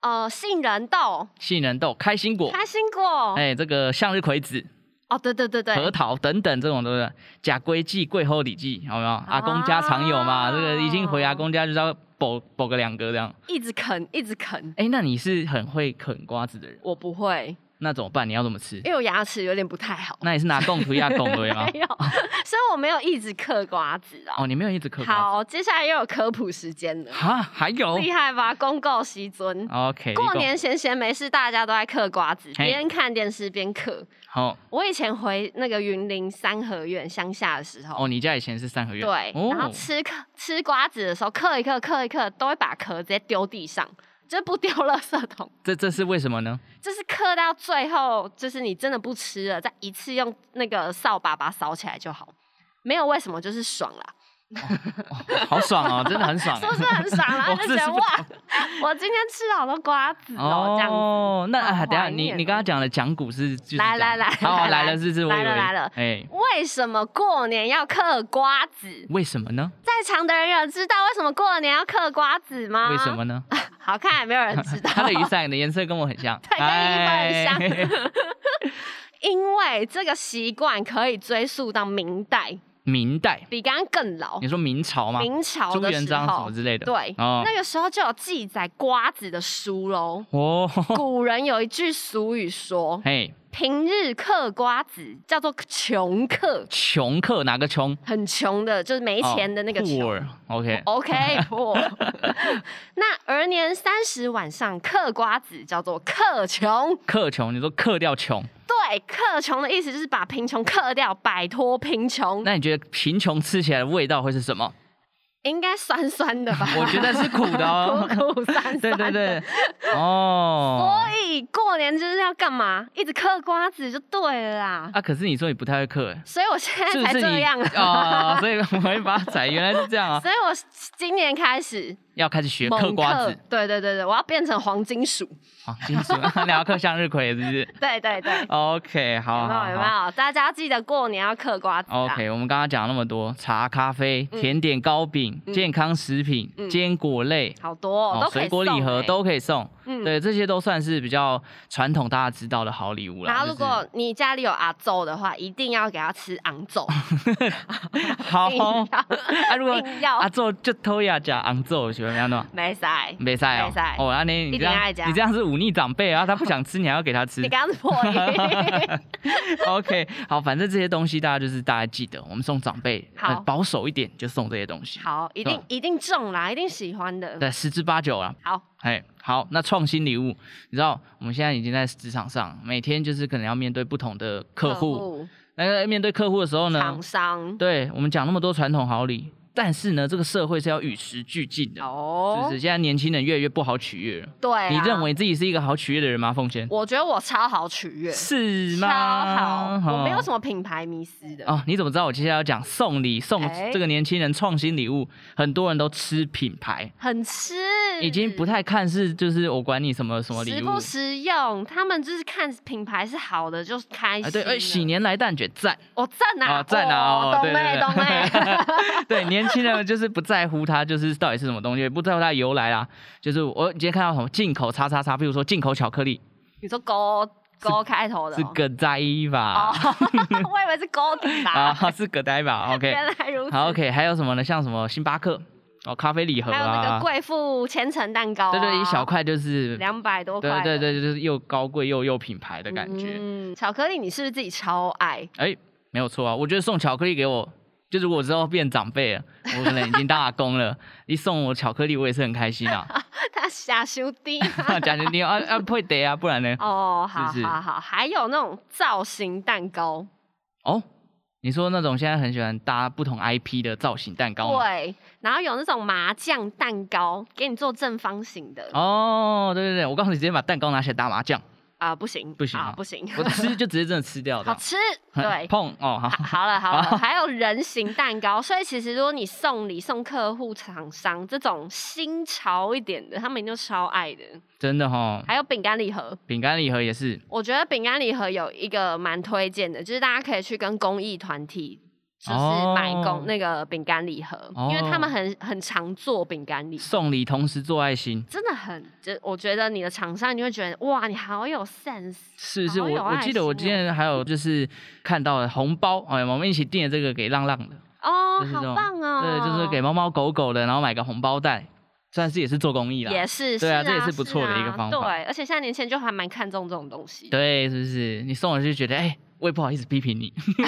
呃，杏仁豆、杏仁豆、开心果，开心果，哎、这个向日葵子、哦，对对哦对对，核桃等等这种，对不对？假龟记、贵后礼记，有没有？阿公家常有啊嘛，这个一定回阿公家就是要剥剥个两个这样。一直啃，一直啃。哎、那你是很会啃瓜子的人，我不会，那怎么办？你要怎么吃？因为我牙齿有点不太好，那你是拿贡涂压贡嗯对吗 啊没？有，所以我没有一直嗑瓜子啊。哦，你没有一直嗑瓜子。好，接下来又有科普时间了，哈，还有厉害吧？公告席尊。 ，OK，过你讲年闲闲没事，大家都在嗑瓜子，嘿边看电视边嗑。好我以前回那个云林三合院乡下的时候，哦，你家以前是三合院，对，哦然后吃嗑吃瓜子的时候，嗑一嗑嗑一嗑，都会把壳直接丢地上，就是不丢垃圾桶。这这是为什么呢？就是刻到最后，就是你真的不吃了，再一次用那个扫把把它扫起来就好。没有为什么，就是爽 啦，好爽哦，真的很爽 是不是很爽啦？我然后就觉是得不哇，我今天吃了好多瓜子哦，这样子。哦，那啊好等一下怀你念你哦刚刚讲的讲股是就是来来来这样好来来来了是不是？我以为来了来了哎，为什么过年要嗑瓜子？为什么呢？在场的人有知道为什么过年要嗑瓜子吗？为什？么呢？好看，没有人啊 知道。它的雨 伞的颜色跟我很像，对，跟衣服很哎。像。 因为这个习惯可以追溯到明代，明代，比刚刚更老你。说明朝吗？哦明朝朱的元时璋什候么，之类的，对，哦那个时候就有记载瓜子的书喽。哦，：“古人有一句俗语说嘿，平日嗑瓜子叫做穷嗑，穷客哪个穷？很穷的，就是没哦欸钱的那个穷。哦 poor OK， OK，破。 那而年三十晚上嗑瓜子叫做嗑穷，克穷，你说克掉穷，对，嗑穷的意思就是把贫穷嗑掉，摆脱贫穷。那你觉得贫穷吃起来的味道会是什 么？应该酸酸的吧 ？我觉得是苦的哦苦苦酸酸。对对对， 哦，所以过年就是要干嘛？一直嗑瓜子就对了啦。啊，可是你说你不太会嗑，哎所以我现是在不才是这你样啊哦，所以我会发财，原来是这样啊！ 所以我今年开始要开始学猛嗑瓜子，对对对对，我要变成黄金鼠。 好，金 属，你要嗑向日葵是不是对对对， ？OK，有好没好有有好。没有？大家记得过年要嗑瓜子啊。 OK，我们刚刚讲了那么多，茶、咖啡、甜点、糕饼、健康食品、嗯坚果类、好多、哦、都可以水果礼送盒欸。都可以送，嗯对，这些都算是比较传统大家知道的好礼物啦。然后，如就是果你家里有阿粥的话，一定要给他吃昂 粥。哦好硬要，啊，如果硬要啊做就偷呀假昂做，喜欢怎么样？没 塞，没赛哦不可以，哦，安尼你这一定要样加你这样是忤逆长辈啊，他不想吃你还要给他吃 你刚刚是破音。 ，OK，好，反正这些东西大家就是大家记得，我们送长辈，好呃保守一点就送这些东西，好，一定一定中啦，一定喜欢的。对，十之八九啦。好，哎，好，那创新礼物，你知道我们现在已经在职场上，每天就是可能要面对不同的客户，那在面对客户的时候呢厂，商对我们讲那么多传统好礼，但是呢，这个社会是要与时俱进的，是哦不，是？现在年轻人越来越不好取悦了。对、啊，你认？为自己是一个好取悦的人吗？凤仙？我觉得我超好取悦，是超吗？好，我没有哦什么品牌迷思的。哦，你怎么知道我接下来要讲送礼送哎这个年轻人创新礼物？很多人都吃品牌，很吃，已经不太看是就是我管你什么什么礼实物。不实用，他们就是看品牌是好的就开心了。啊，对，哎，喜年来蛋卷 赞我赞啊，啊，赞啊！哦哦懂对妹懂欸妹， 对对，对，年轻人就是不在乎它就是到底是什么东西，也不在乎它的由来啦。就是我今天看到什么进口叉叉叉，譬如说进口巧克力你说勾勾开头的是哦，个呆哦吧？， 我以为是勾底吧，啊， 是个呆吧？OK，原来如此。好 OK，还有什么呢？像什么星巴克哦，咖啡礼盒还有那啊，个贵妇千层蛋糕啊，对对，一小块就是，两百多块对对的，对，就是又高贵又又品牌嗯的感觉，嗯，巧克力你是不是自己超爱？ 哎、没有错啊。我觉得送巧克力给我就如果之后变长辈了，我可能已经当阿公了，你送我巧克力，我也是很开心啊。他假修弟。 讲真的，啊 啊配得啊，不然呢？哦，是不好是好好，还有那种造型蛋糕，哦，你说那种现在很喜欢搭不同 IP 的造型蛋糕吗？对，然后有那种麻酱蛋糕，给你做正方形的，啊、哦，对对对，我告诉你，直接把蛋糕拿起来打麻 将，不行，不行啊啊，不行，我吃就直接真的吃掉的好。 吃，哼对，碰哦，好，好好了好了，好 还有人形蛋糕，所以其实如果你送礼送客户、厂商这种新潮一点的，他们一定超爱的。真的哈，还有饼干礼盒，饼干礼盒也是我觉得饼干礼盒有一个蛮推荐的，就是大家可以去跟公益团体。就是买哦公那个饼干礼盒，因为他们很很常做饼干礼盒，送礼同时做爱心。真的很，就我觉得你的厂商你会觉得哇，你好有 sense，是是，好我哦有我爱记得我心今天还有就是看到了红包，哎，我们一起订了这个给浪浪的，哦，就是这好种棒哦，对，就是给猫猫狗狗的，然后买个红包袋，算是也是做公益啦。也是，对啊这也是是不错的一个啊方法对，而且现在年轻人就还蛮看重这种东西。对，是不是？你送我就觉得，哎、我也不好意思批评你，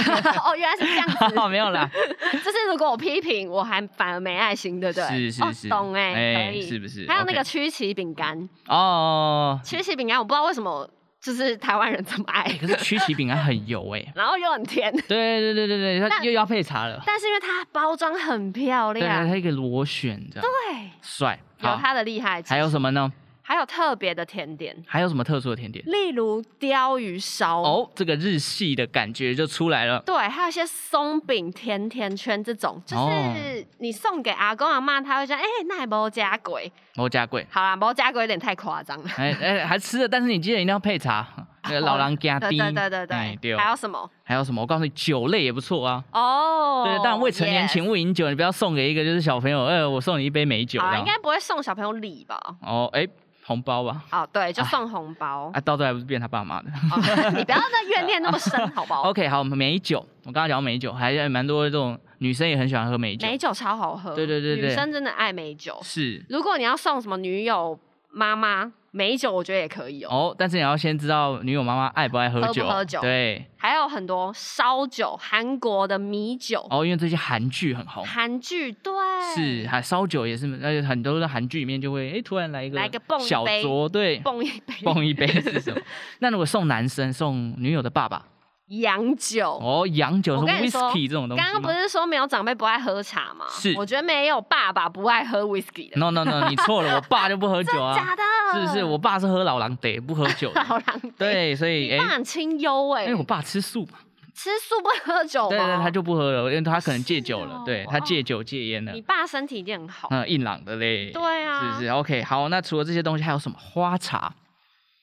哦，原来是这样 子，没有啦，就是如果我批评，我还反而没爱心， 对不对？是哦是是，懂哎、可以。是不是？还有那个 OK 曲奇饼干，哦，曲奇饼干我不知道为什么就是台湾人这么爱哎、，可是曲奇饼干很油哎、然后又很甜， 对对对对对，它但又要配茶了，但是因为它包装很漂对，它亮，一个螺旋这样，对，帅。有好，它的厉害之处。还有什么呢？还有特别的甜点，还有什么特殊的甜点？例如鲷鱼烧，哦，这个日系的感觉就出来了。对，还有一些松饼、甜甜圈这种，就哦是你送给阿公阿妈，他会觉得哎，那没加鬼。某家哦贵，好啦，没加鬼有点太夸张了。哎哎，还吃了，但是你记得一定要配茶。那个老狼加哦对丁，对对对哎对对，哦还有什么？还有什么？我告诉你，酒类也不错啊。哦，对，但未成年 yes 请勿饮酒，你不要送给一个就是小朋友，呃，我送你一杯美酒好这啦，样应。该不会送小朋友礼吧？哦，哎，红包吧，哦，对，就哎送红包。啊，到最后还不是变他爸妈的。哦 你不要那怨念那么深，好不好？ OK，好，美酒，我刚刚讲到美酒，还有蛮多这种女生也很喜欢喝美酒。美酒超好喝，对对对对女生真的爱美酒。是如果你要送什么女友、妈妈美酒，我觉得也可以哦。哦，但是你要先知道女友妈妈爱不爱喝喝不酒，喝酒对还有很多烧酒，韩国的米酒，哦，因为最近韩剧很红，韩剧对，是还烧酒也是，而且很多的韩剧里面就会哎、突然来一个来个蹦一小杯酌，对，蹦一杯蹦一杯是什么？ 那如果送男生送女友的爸爸洋酒。哦，洋酒是我跟你说 whisky 这种东西刚刚不吗是说没有长辈不爱喝茶吗？是我觉得没有爸爸不爱喝 whisky 的， ？No No No，你错了，我爸就不喝酒 啊假，的，是不是？我爸是喝老狼得不喝酒的，好狼狈，对，所以你哎。爸很清幽哎、因为我爸吃素嘛，吃素不喝酒吗？对对，他就不喝了，因为他可能戒酒了，是哦对他哦戒酒戒烟了你，爸身体一定很好，嗯，硬朗的嘞，对啊，是不是？OK，好，那除了这些东西，还有什么花茶？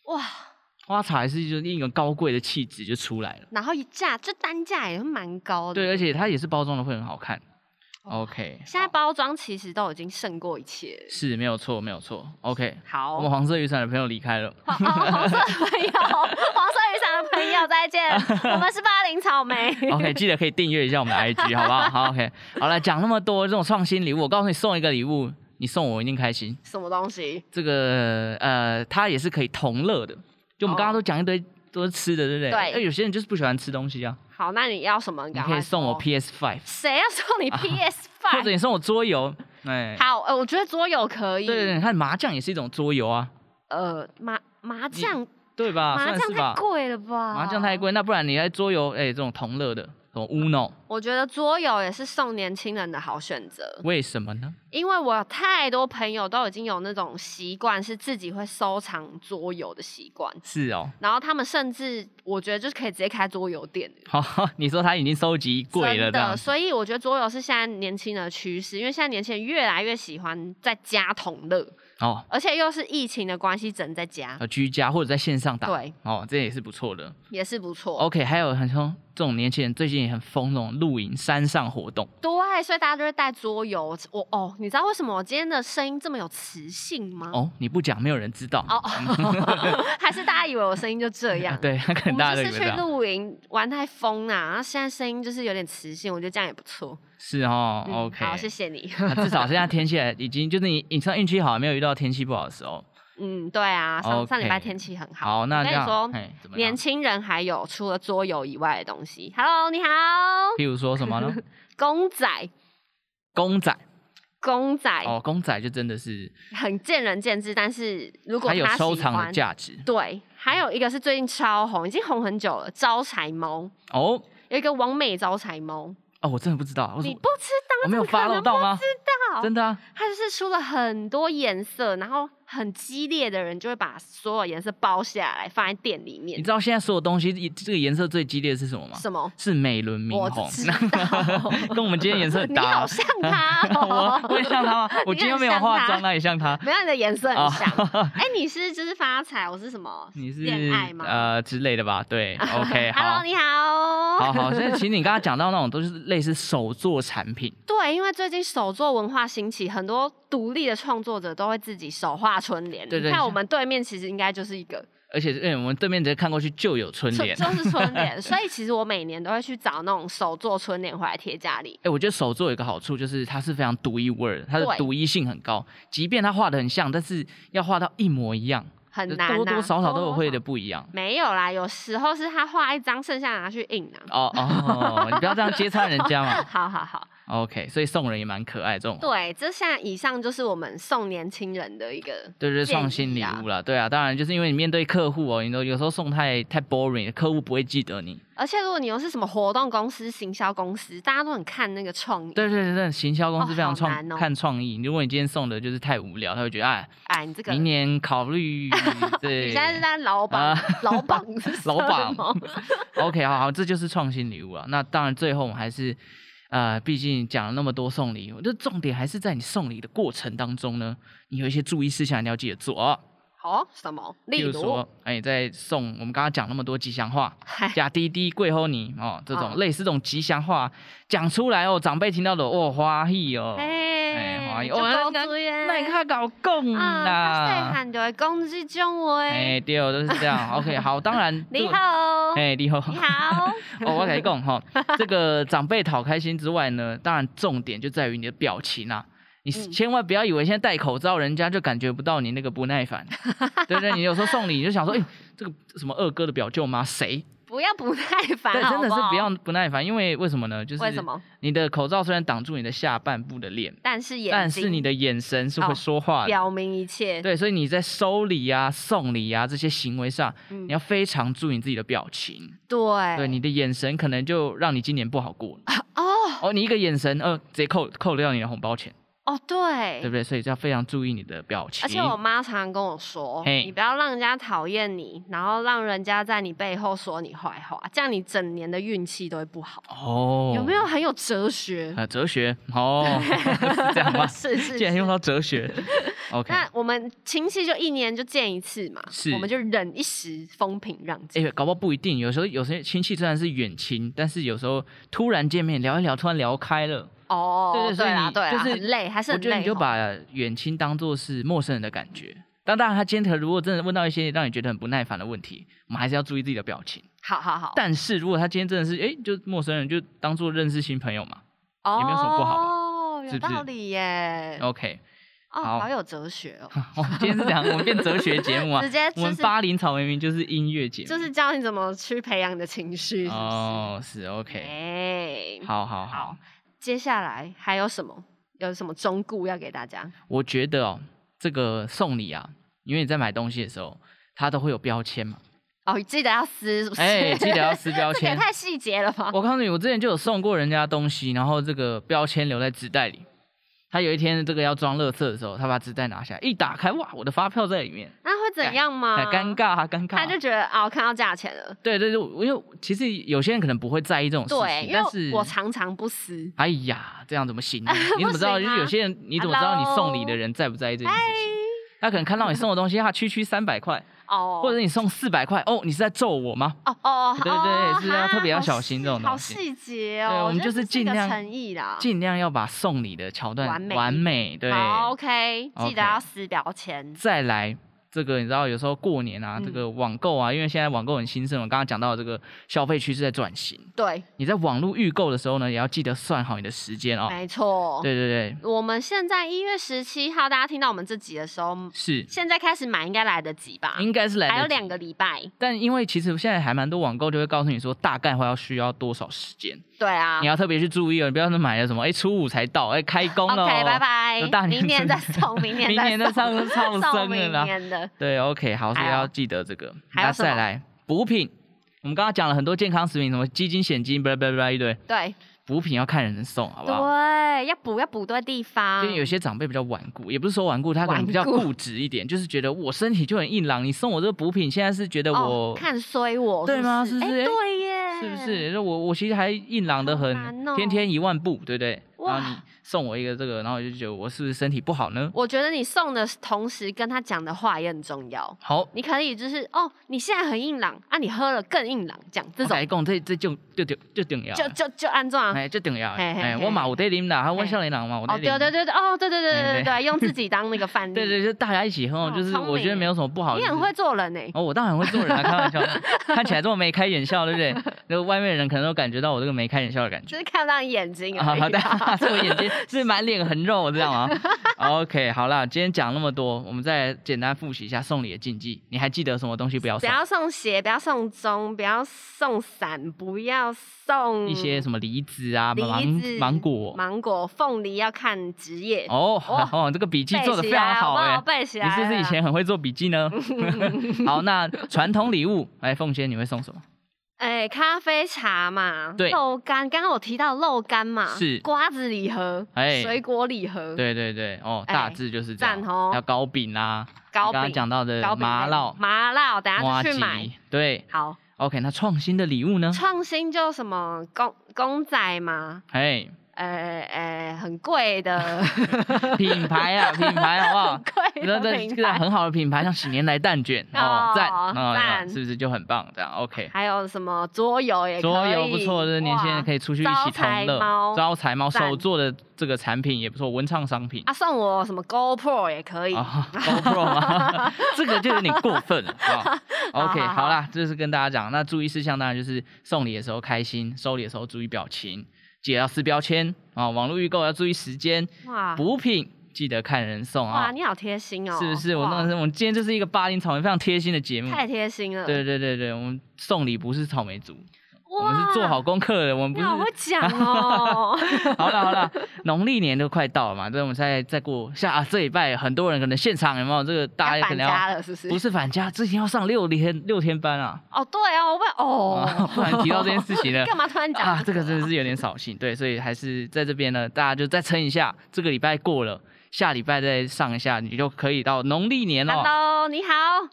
哇，花茶还是就是一种高贵的气质就出来了。然后一价这单价也是蛮高的，对，而且它也是包装的会很好看。OK，哦现在包装其实都已经胜过一切了。是没有错，没有错。OK，好，我们哦，黄色雨伞的朋友离 开了。黄色的朋友， 黄色雨伞的朋友 再见，我们是八零草莓。 OK，记得可以订阅一下我们的 IG，好不好？好，OK，好了，讲那么多这种创新礼物，我告诉你，送一个礼物，你送我一定开心。什么东西？这个呃，它也是可以同乐的。就我们刚刚哦都讲一堆都是吃的，对不对？对那有些人就是不喜欢吃东西啊，好，那你要什么？你赶可快哦以送我说 PS Five，谁要送 你 PS 或者 Five？你送我桌游，哎，好，呃，我觉得桌游可以。对对对，你看麻将也是一种桌游啊，呃，麻麻将，对吧？麻啊算将是太吧。贵啊了吧？麻将太。贵，那不然你来桌游，哎、这种同乐的，什么 Uno，我觉得桌游也是送年轻人的好选择，为什么呢？因为我有太多朋友都已经有那种习惯，是自己会收藏桌游的习惯。是哦， 然后他们甚至，我觉得就是可以直接开桌游店，好，你说他已经收集贵了真这样的。子，所以我觉得桌游是现在年轻人的趋势，因为现在年轻人越来越喜欢在家同乐，哦，而且又是疫情的关系，只能在家，呃，居家或者在线上打，对，哦，这也是不错的。也是不错。 OK，还有很多这种年轻人最近也很疯那种露营山上活动，对，所以大家就会带桌游。我哦，你知道为什么我今天的声音这么有磁性吗？哦，你不讲没有人知道，哦， 还是大家以为我声音就这啊样？对，可我能大家都们就是以为去这样，露营玩太疯啦、然后现在声音就是有点磁性，我觉得这样也不错。是哦嗯，OK，好，谢谢你。 那至少现在天气还已经就是你你算运气好，没有遇到天气不好的时候。嗯，对啊，上上礼拜 OK 天气很好。好，那我这跟你样说，嘿怎么样年轻人还有除了桌游以外的东西。Hello，你好， 譬如说什么呢？公仔，公仔公仔、哦，公仔就真的是很见仁见智，但是如果它有他收喜藏的欢价值对，还有一个是最近超红，已经红很久了，招财猫哦有一个王美招财猫，哦，我真的不知道，我你说不知道，我没有怎么可 follow 能到不吗知道，真的啊，它就是出了很多颜色，然后很激烈的人就会把所有颜色包下来放在店里你面。知道现在所有东西一这个颜色最激烈的是什么吗？什么？是美轮明我宏知道， 跟我们今天颜色很你搭好哦。像他哦 我，我也像他吗？我你今天很没有像化他妆，那也像他。 没有你的颜 色很像。哦哎、你是就是发财，我是什么？你是恋爱吗？呃之类的吧？ 对，OK，好 Hello，，你好。好好。所以其实你刚才讲到那种都是类似手作产品，对，因为最近手作文化兴起，很多独立的创作者都会自己手画春联。对对你看像我们对面其实应该就是一个而且哎，我们对面直接看过去就有春春，联。就 是春联。所以其实我每年都会去找那种手做春联回来贴家里。哎，我觉得手作有一个好处就是它是非常独一无二的，它的对独一性很高。即便它画的很像，但是要画到一模一样，很就难、啊，多多少少都有多会的少。不一样。没有啦，有时候是他画一张，剩下拿去印啊。哦哦， 你不要这样揭穿人家 嘛。好好好， OK，所以送人也蛮可爱这种。对，这下以上就是我们送年轻人的一个对对，建创新议礼啊物啦，对啊，当然就是因为你面对客户哦，你都有时候送太太 boring，客户不会记得你。而且如果你又是什么活动公司、行销公司，大家都很看那个创意。对对对对，行销公司哦非常好创、难哦看创意，如果你今天送的就是太无聊，他会觉得哎，哎，你这个明年考 虑对。你现在是在 老板啊，老板是什老板么 OK，好好，这就是创新礼物啊。那当然，最后我们还是，呃，毕竟讲了那么多送礼物，这重点还是在你送礼的过程当中呢，你有一些注意事项你要记得做啊。哦，什么？例譬如如说，，哎，你在送我们刚刚讲那么多吉祥话，嗨假滴滴贵吼你哦，这种哦类似这种吉祥话讲出来哦，长辈听到的哦，欢喜哦，哎欢哎，喜就哦，高那追耶，那你看搞共啊，他细啦，汉就会讲这种话。哎对，都是这 样。OK，好，当然，你这个，好，哎你好，你好， 哦，我跟你讲哈，这个长辈讨开心之外呢， 当然重点就在于你的表情啊。你嗯千万不要以为现在戴口罩，人家就感觉不到你那个不耐 烦，对不对？你有时候送礼，你就想说，哎、这个什么二哥的表舅妈谁？不要不耐烦，啊对，真的是好好不要不耐烦，因为为什么呢？就是为什么？你的口罩虽然挡住你的下半部的脸，但是眼睛，但是你的眼神是会哦说话的。表明一切，对，所以你在收礼啊、送礼啊这些行为上，嗯你要非常注意你自己的表情。对对，你的眼神可能就让你今年不好过了。哦哦，你一个眼神，呃，直接扣扣掉你的红包钱，哦对不对？所以就要非常注意你的表情。而且我妈常常跟我说，嘿你不要让人家讨厌你，然后让人家在你背后说你坏话，这样你整年的运气都会不好。哦，有没有很有 哲学？？呃哲学？哦，是这样吗是 是竟然用是到哲学 ，OK。那我们亲戚就一年就见一次嘛，是我们就忍一时风平浪静。哎、搞不好不一定。有时候有些亲戚虽然是远亲，但是有时候突然见面聊一聊，突然聊开了，哦，对对所以啦你对啦，就是很累，还是我很觉累哦得吼。你就把远亲当做是陌生人的感觉。但当然，他今天如果真的问到一些让你觉得很不耐烦的问题，我们还是要注意自己的表情。好好好，但是如果他今天真的是哎、诶就陌生人，就当做认识新朋友嘛。哦，也没有什么不好吧哦，有是不是道理耶。 OK，哦，好好有哲学哦， 哦、今天是 讲我们变哲学节目啊，直接我就们是八零草莓明就是音乐节目，就是教你怎么去培养你的情绪，是不是？哦，是 OK，哎，好好好好，接下来还有什么？有什么忠告要给大家？我觉得哦，这个送礼啊，因为你在买东西的时候，它都会有标签嘛。哦，记得要撕，是不是？哎记得要 撕标这个也签太细节了吧？我告诉你，我之前就有送过人家东西，然后这个标签留在纸袋里。他有一天这个要装垃圾的时候，他把纸袋拿下来，一打开，哇，我的发票在里面，那会怎样吗？哎，尴。尬啊，尴尬啊、他就觉得哦，看到价钱了。对对对，我因为其实有些人可能不会在意这种事对，情，因但是为我常常不撕。哎呀，这样怎么行 呢？你怎么知道？不行就啊是有些人，你怎么知道你 Hello 送礼的人在不在意这件哎事情？他可能看到你送的东西，他区区三百块，哦，或者你送四百块，哦，你是在咒我吗？哦哦，对对哦是要哈特别要好小心细这种好东西细节对哦。我们觉就得是这尽个量诚意啦。尽量要把送礼的桥段完美完美对，好，OK，记 OK 得要撕标签。再来这个你知道，有时候过年啊，这嗯个网购啊，因为现在网购很兴盛，我刚刚讲到这个消费趋势在转型，对，你在网络预购的时候呢，也要记得算好你的时间哦。没错。对对对，我们现在一月十七号，大家听到我们这集的时候，是，现在开始买应该来得及吧？应该是来得及啊还有两个礼拜。但因为其实现在还蛮多网购就会告诉你说大概会要需要多少时间，对啊你。要特别去注意哦，你不要是买了什么哎、初五才到哎、开工了哦、 OK，拜就拜大，年明年再初一送，明年明年再再上上 送升了明啦。年的。对，OK，好，所以还有要记得这个。还有那什么再来补品，我们刚刚讲了很多健康食品，什么鸡精、鲜精，巴拉巴拉巴拉一堆。对补品要看人送，好不啊好？对，要补要补对地方因。为有些长辈比较顽固，也不是说顽固，他可能比较顽固固执一点，就是觉得我身体就很硬朗，你送我这个补品，现在是觉得我、哦，看衰我对吗是不哎是哎对耶，是不是？就我我其实还硬朗的很，嗯好难哦天天一万步，对不对？然哇后你送我一个这个，然后我就觉得我是不是身体不好呢？我觉得你送的同时跟他讲的话也很重要。好，你可以就是哦，你现在很硬朗啊，你喝了更硬朗，讲这我种来讲，这这就就就就重要就了，就就安装啊。哎，就重要了。嘿嘿哎，嘿我嘛有在啉啦，还有我嘿少年郎嘛，我在哦，对啉。对对对，哦，对对对对哎对对对，用自己当那个范例。 对对，就大家一起喝，哦就是聪我觉得明没有什么不好。你就是很会做人欸呢。哦，我当然会做人啊，开玩 笑，看起来这么眉开眼笑，对不对？那外面的人可能都感觉到我这个眉开眼笑的感觉。只是看不到你眼睛啊，而已。好的， 是我眼睛是满脸横肉，这样吗？OK，好啦，今天讲那么多，我们再简单复习一下送礼的禁忌。你还记得什么东西不要不送？要送鞋，不要送钟，不要送伞，不要送一些什么梨子啊、芒嗯梨子、芒果。芒果、凤梨要看职业。哦哇 哦，这个笔记背做的非起常来好不哎、好背起你是不是来啊以了前很会做笔记呢？ 好，那传统礼物，哎，凤仙你会送什 么？哎、咖啡茶嘛，对肉干，刚刚我提到肉干嘛，是瓜子礼盒，哎水果礼盒，，对对对，哦，大哎致就是这样。赞哦要糕饼啦、糕刚饼刚，讲到的糕饼麻类辣、麻辣，我等下花就去鸡买。，对好， ，OK，那创新的礼物呢？创新就什么公公仔嘛，哎，呃呃，很 贵的，品牌 啊，品牌好不好？贵那的这品这个牌，很好的品牌，像喜年来蛋卷哦哦，赞哦赞是不是就很棒？这样 OK，还有什么桌游也可以桌游不错，就是年轻人哇可以出去一起招财同乐，猫招财猫赞手做的这个产品也不错，文创商品啊，送我什么 GoPro 也可以，啊 ，GoPro 吗？ 这个就有点过分 了啊。OK，好好好啦，这是跟大家讲，那注意事项当然就是送礼的时候开心，收礼的时候注意表情，记得要撕标签啊，网络预购要注意时间，哇补品记得看人送啊哇，啊，你好贴心哦，是不是？我哇那我们今天就是一个巴林草莓非常贴心的节目。 太贴心了，对对对对，我们送礼不是草莓族，我哇，们是做好功课的，我们不你是。好会讲哦，好了好了，农历年都快到了嘛，这我们再再过下、啊、这礼拜，很多人可能现场有没有这个 大要家可返能家要了是不是？不是返家，之前要上六天六天班啊，哦，对啊，我问啊哦，。突然提到这件事情了 干嘛突然讲啊，这个真是的是有 点扫兴，对，所以还是在这边呢，大家就再撑一下，这个礼拜过了，下礼拜再上一下，你就可以到农历年了。 ？Hello，你好，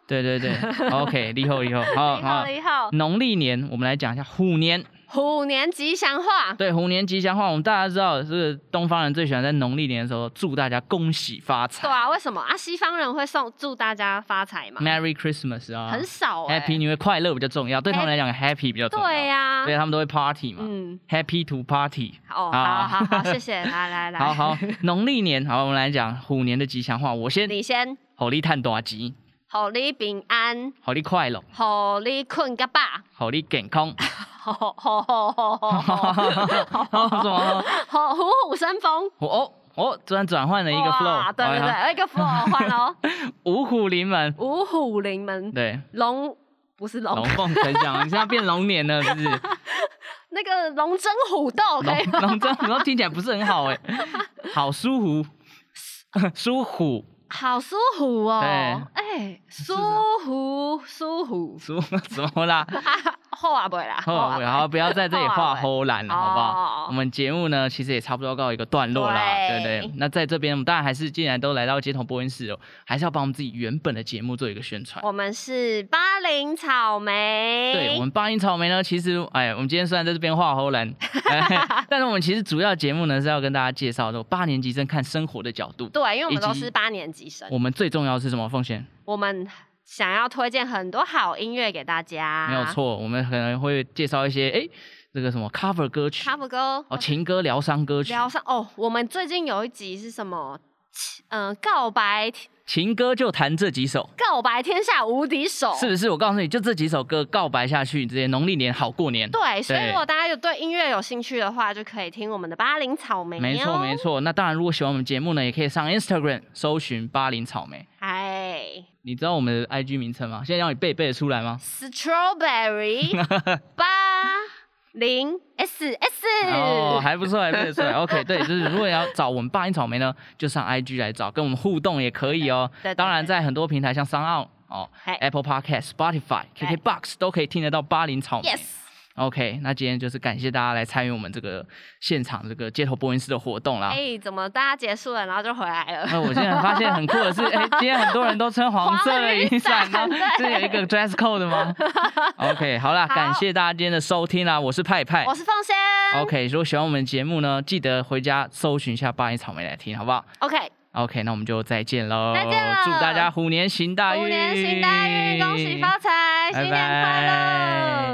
对对对 ，OK，立后立后，好你好，哦好。你好，农历年，我们来讲一下虎年。虎年吉祥话，对，虎年吉祥话，我们大家知道，这个东方人最喜欢在农历年的时候祝大家恭喜发财对啊，为什么啊？西方人会送祝大家发财嘛？ ，Merry Christmas 啊很少哎，Happy New Year 快乐比较重要，对他们来讲 Happy 比较重要，对呀所以，他们都会 Party 嘛嗯， ，Happy to Party。哦，啊好好好，谢谢，来来来，好 好，农历年，好，我们来讲虎年的吉祥话。我先，你先，虎力探大吉，虎你平安，虎力快乐，虎你困个饱，虎力健康，吼吼吼吼 吼吼吼什么？吼，虎虎生风。哦哦，突然转换了一个 flow，哇对对对，一个 flow 换了哦，五虎临门，五虎临门，对，龙不是龙龙，凤呈祥，你现在变龙年了，是 不是？那个龙争虎斗可以吗龙龙真龙听起来不是很好 哎，好舒服， 舒服好舒服哦，对哎、舒服舒服，舒服怎么啦？ 后啊不会啦，哦，然后不要在这里画齁懒了，好不好啊哦？我们节目呢，其实也差不多告一个段落啦，对对不对？那在这边，我们当然还是既然都来到街头播音室了，还是要把我们自己原本的节目做一个宣传。我们是巴林草莓，对我们八音草莓呢，其实哎，我们今天虽然在这边画喉 兰，哎但是我们其实主要节目呢是要跟大家介绍这种八年级生看生活的角度。对因为我以们及都是八年级生，我们最重要的是什么？奉献我们想要推荐很多好音乐给大家，没有错，我们可能会介绍一些哎这个什么 cover 歌曲，cover 歌哦，情歌疗伤歌曲，聊上哦，我们最近有一集是什么？嗯、呃，告白情歌就弹这几首，告白天下无敌手。是不是？我告诉你就这几首歌告白下去，这些农历年好过年。对，所以对如果大家有对音乐有兴趣的话，就可以听我们的八零草莓、哦。没错没。错。那当然，如果喜欢我们节目呢，也可以上 Instagram 搜寻巴林草莓。哎你知道我们的 IG 名称吗？现在让你背背得出来吗？ ，Strawberry 八零 S S。 哦，还不错，还背得出来。OK，对，就是如果要找我们霸音草莓呢，就上 IG 来找，跟我们互动也可以哦。对对对当然，在很多平台像商澳哦嗨、 Apple Podcast、Spotify、KKBox 都可以听得到巴林草莓。 Yes。 OK，那今天就是感谢大家来参与我们这个现场这个街头播音室的活动啦。呃哎，怎么大家结束了，然后就回来了？那我现在发现很酷的是， 哎、今天很多人都穿黄色的雨伞黄呢的雨伞，这有一个 dress code 吗？OK，好啦，好感谢大家今天的收听啦，我是派派我。是凤仙。 OK，如果喜欢我们节目呢，记得回家搜寻一下《八音草莓》来听，好不好 OK， ？OK，那我们就再见喽，再见了祝大家虎年行大运，虎年行大运，恭喜发财，新年拜快拜乐。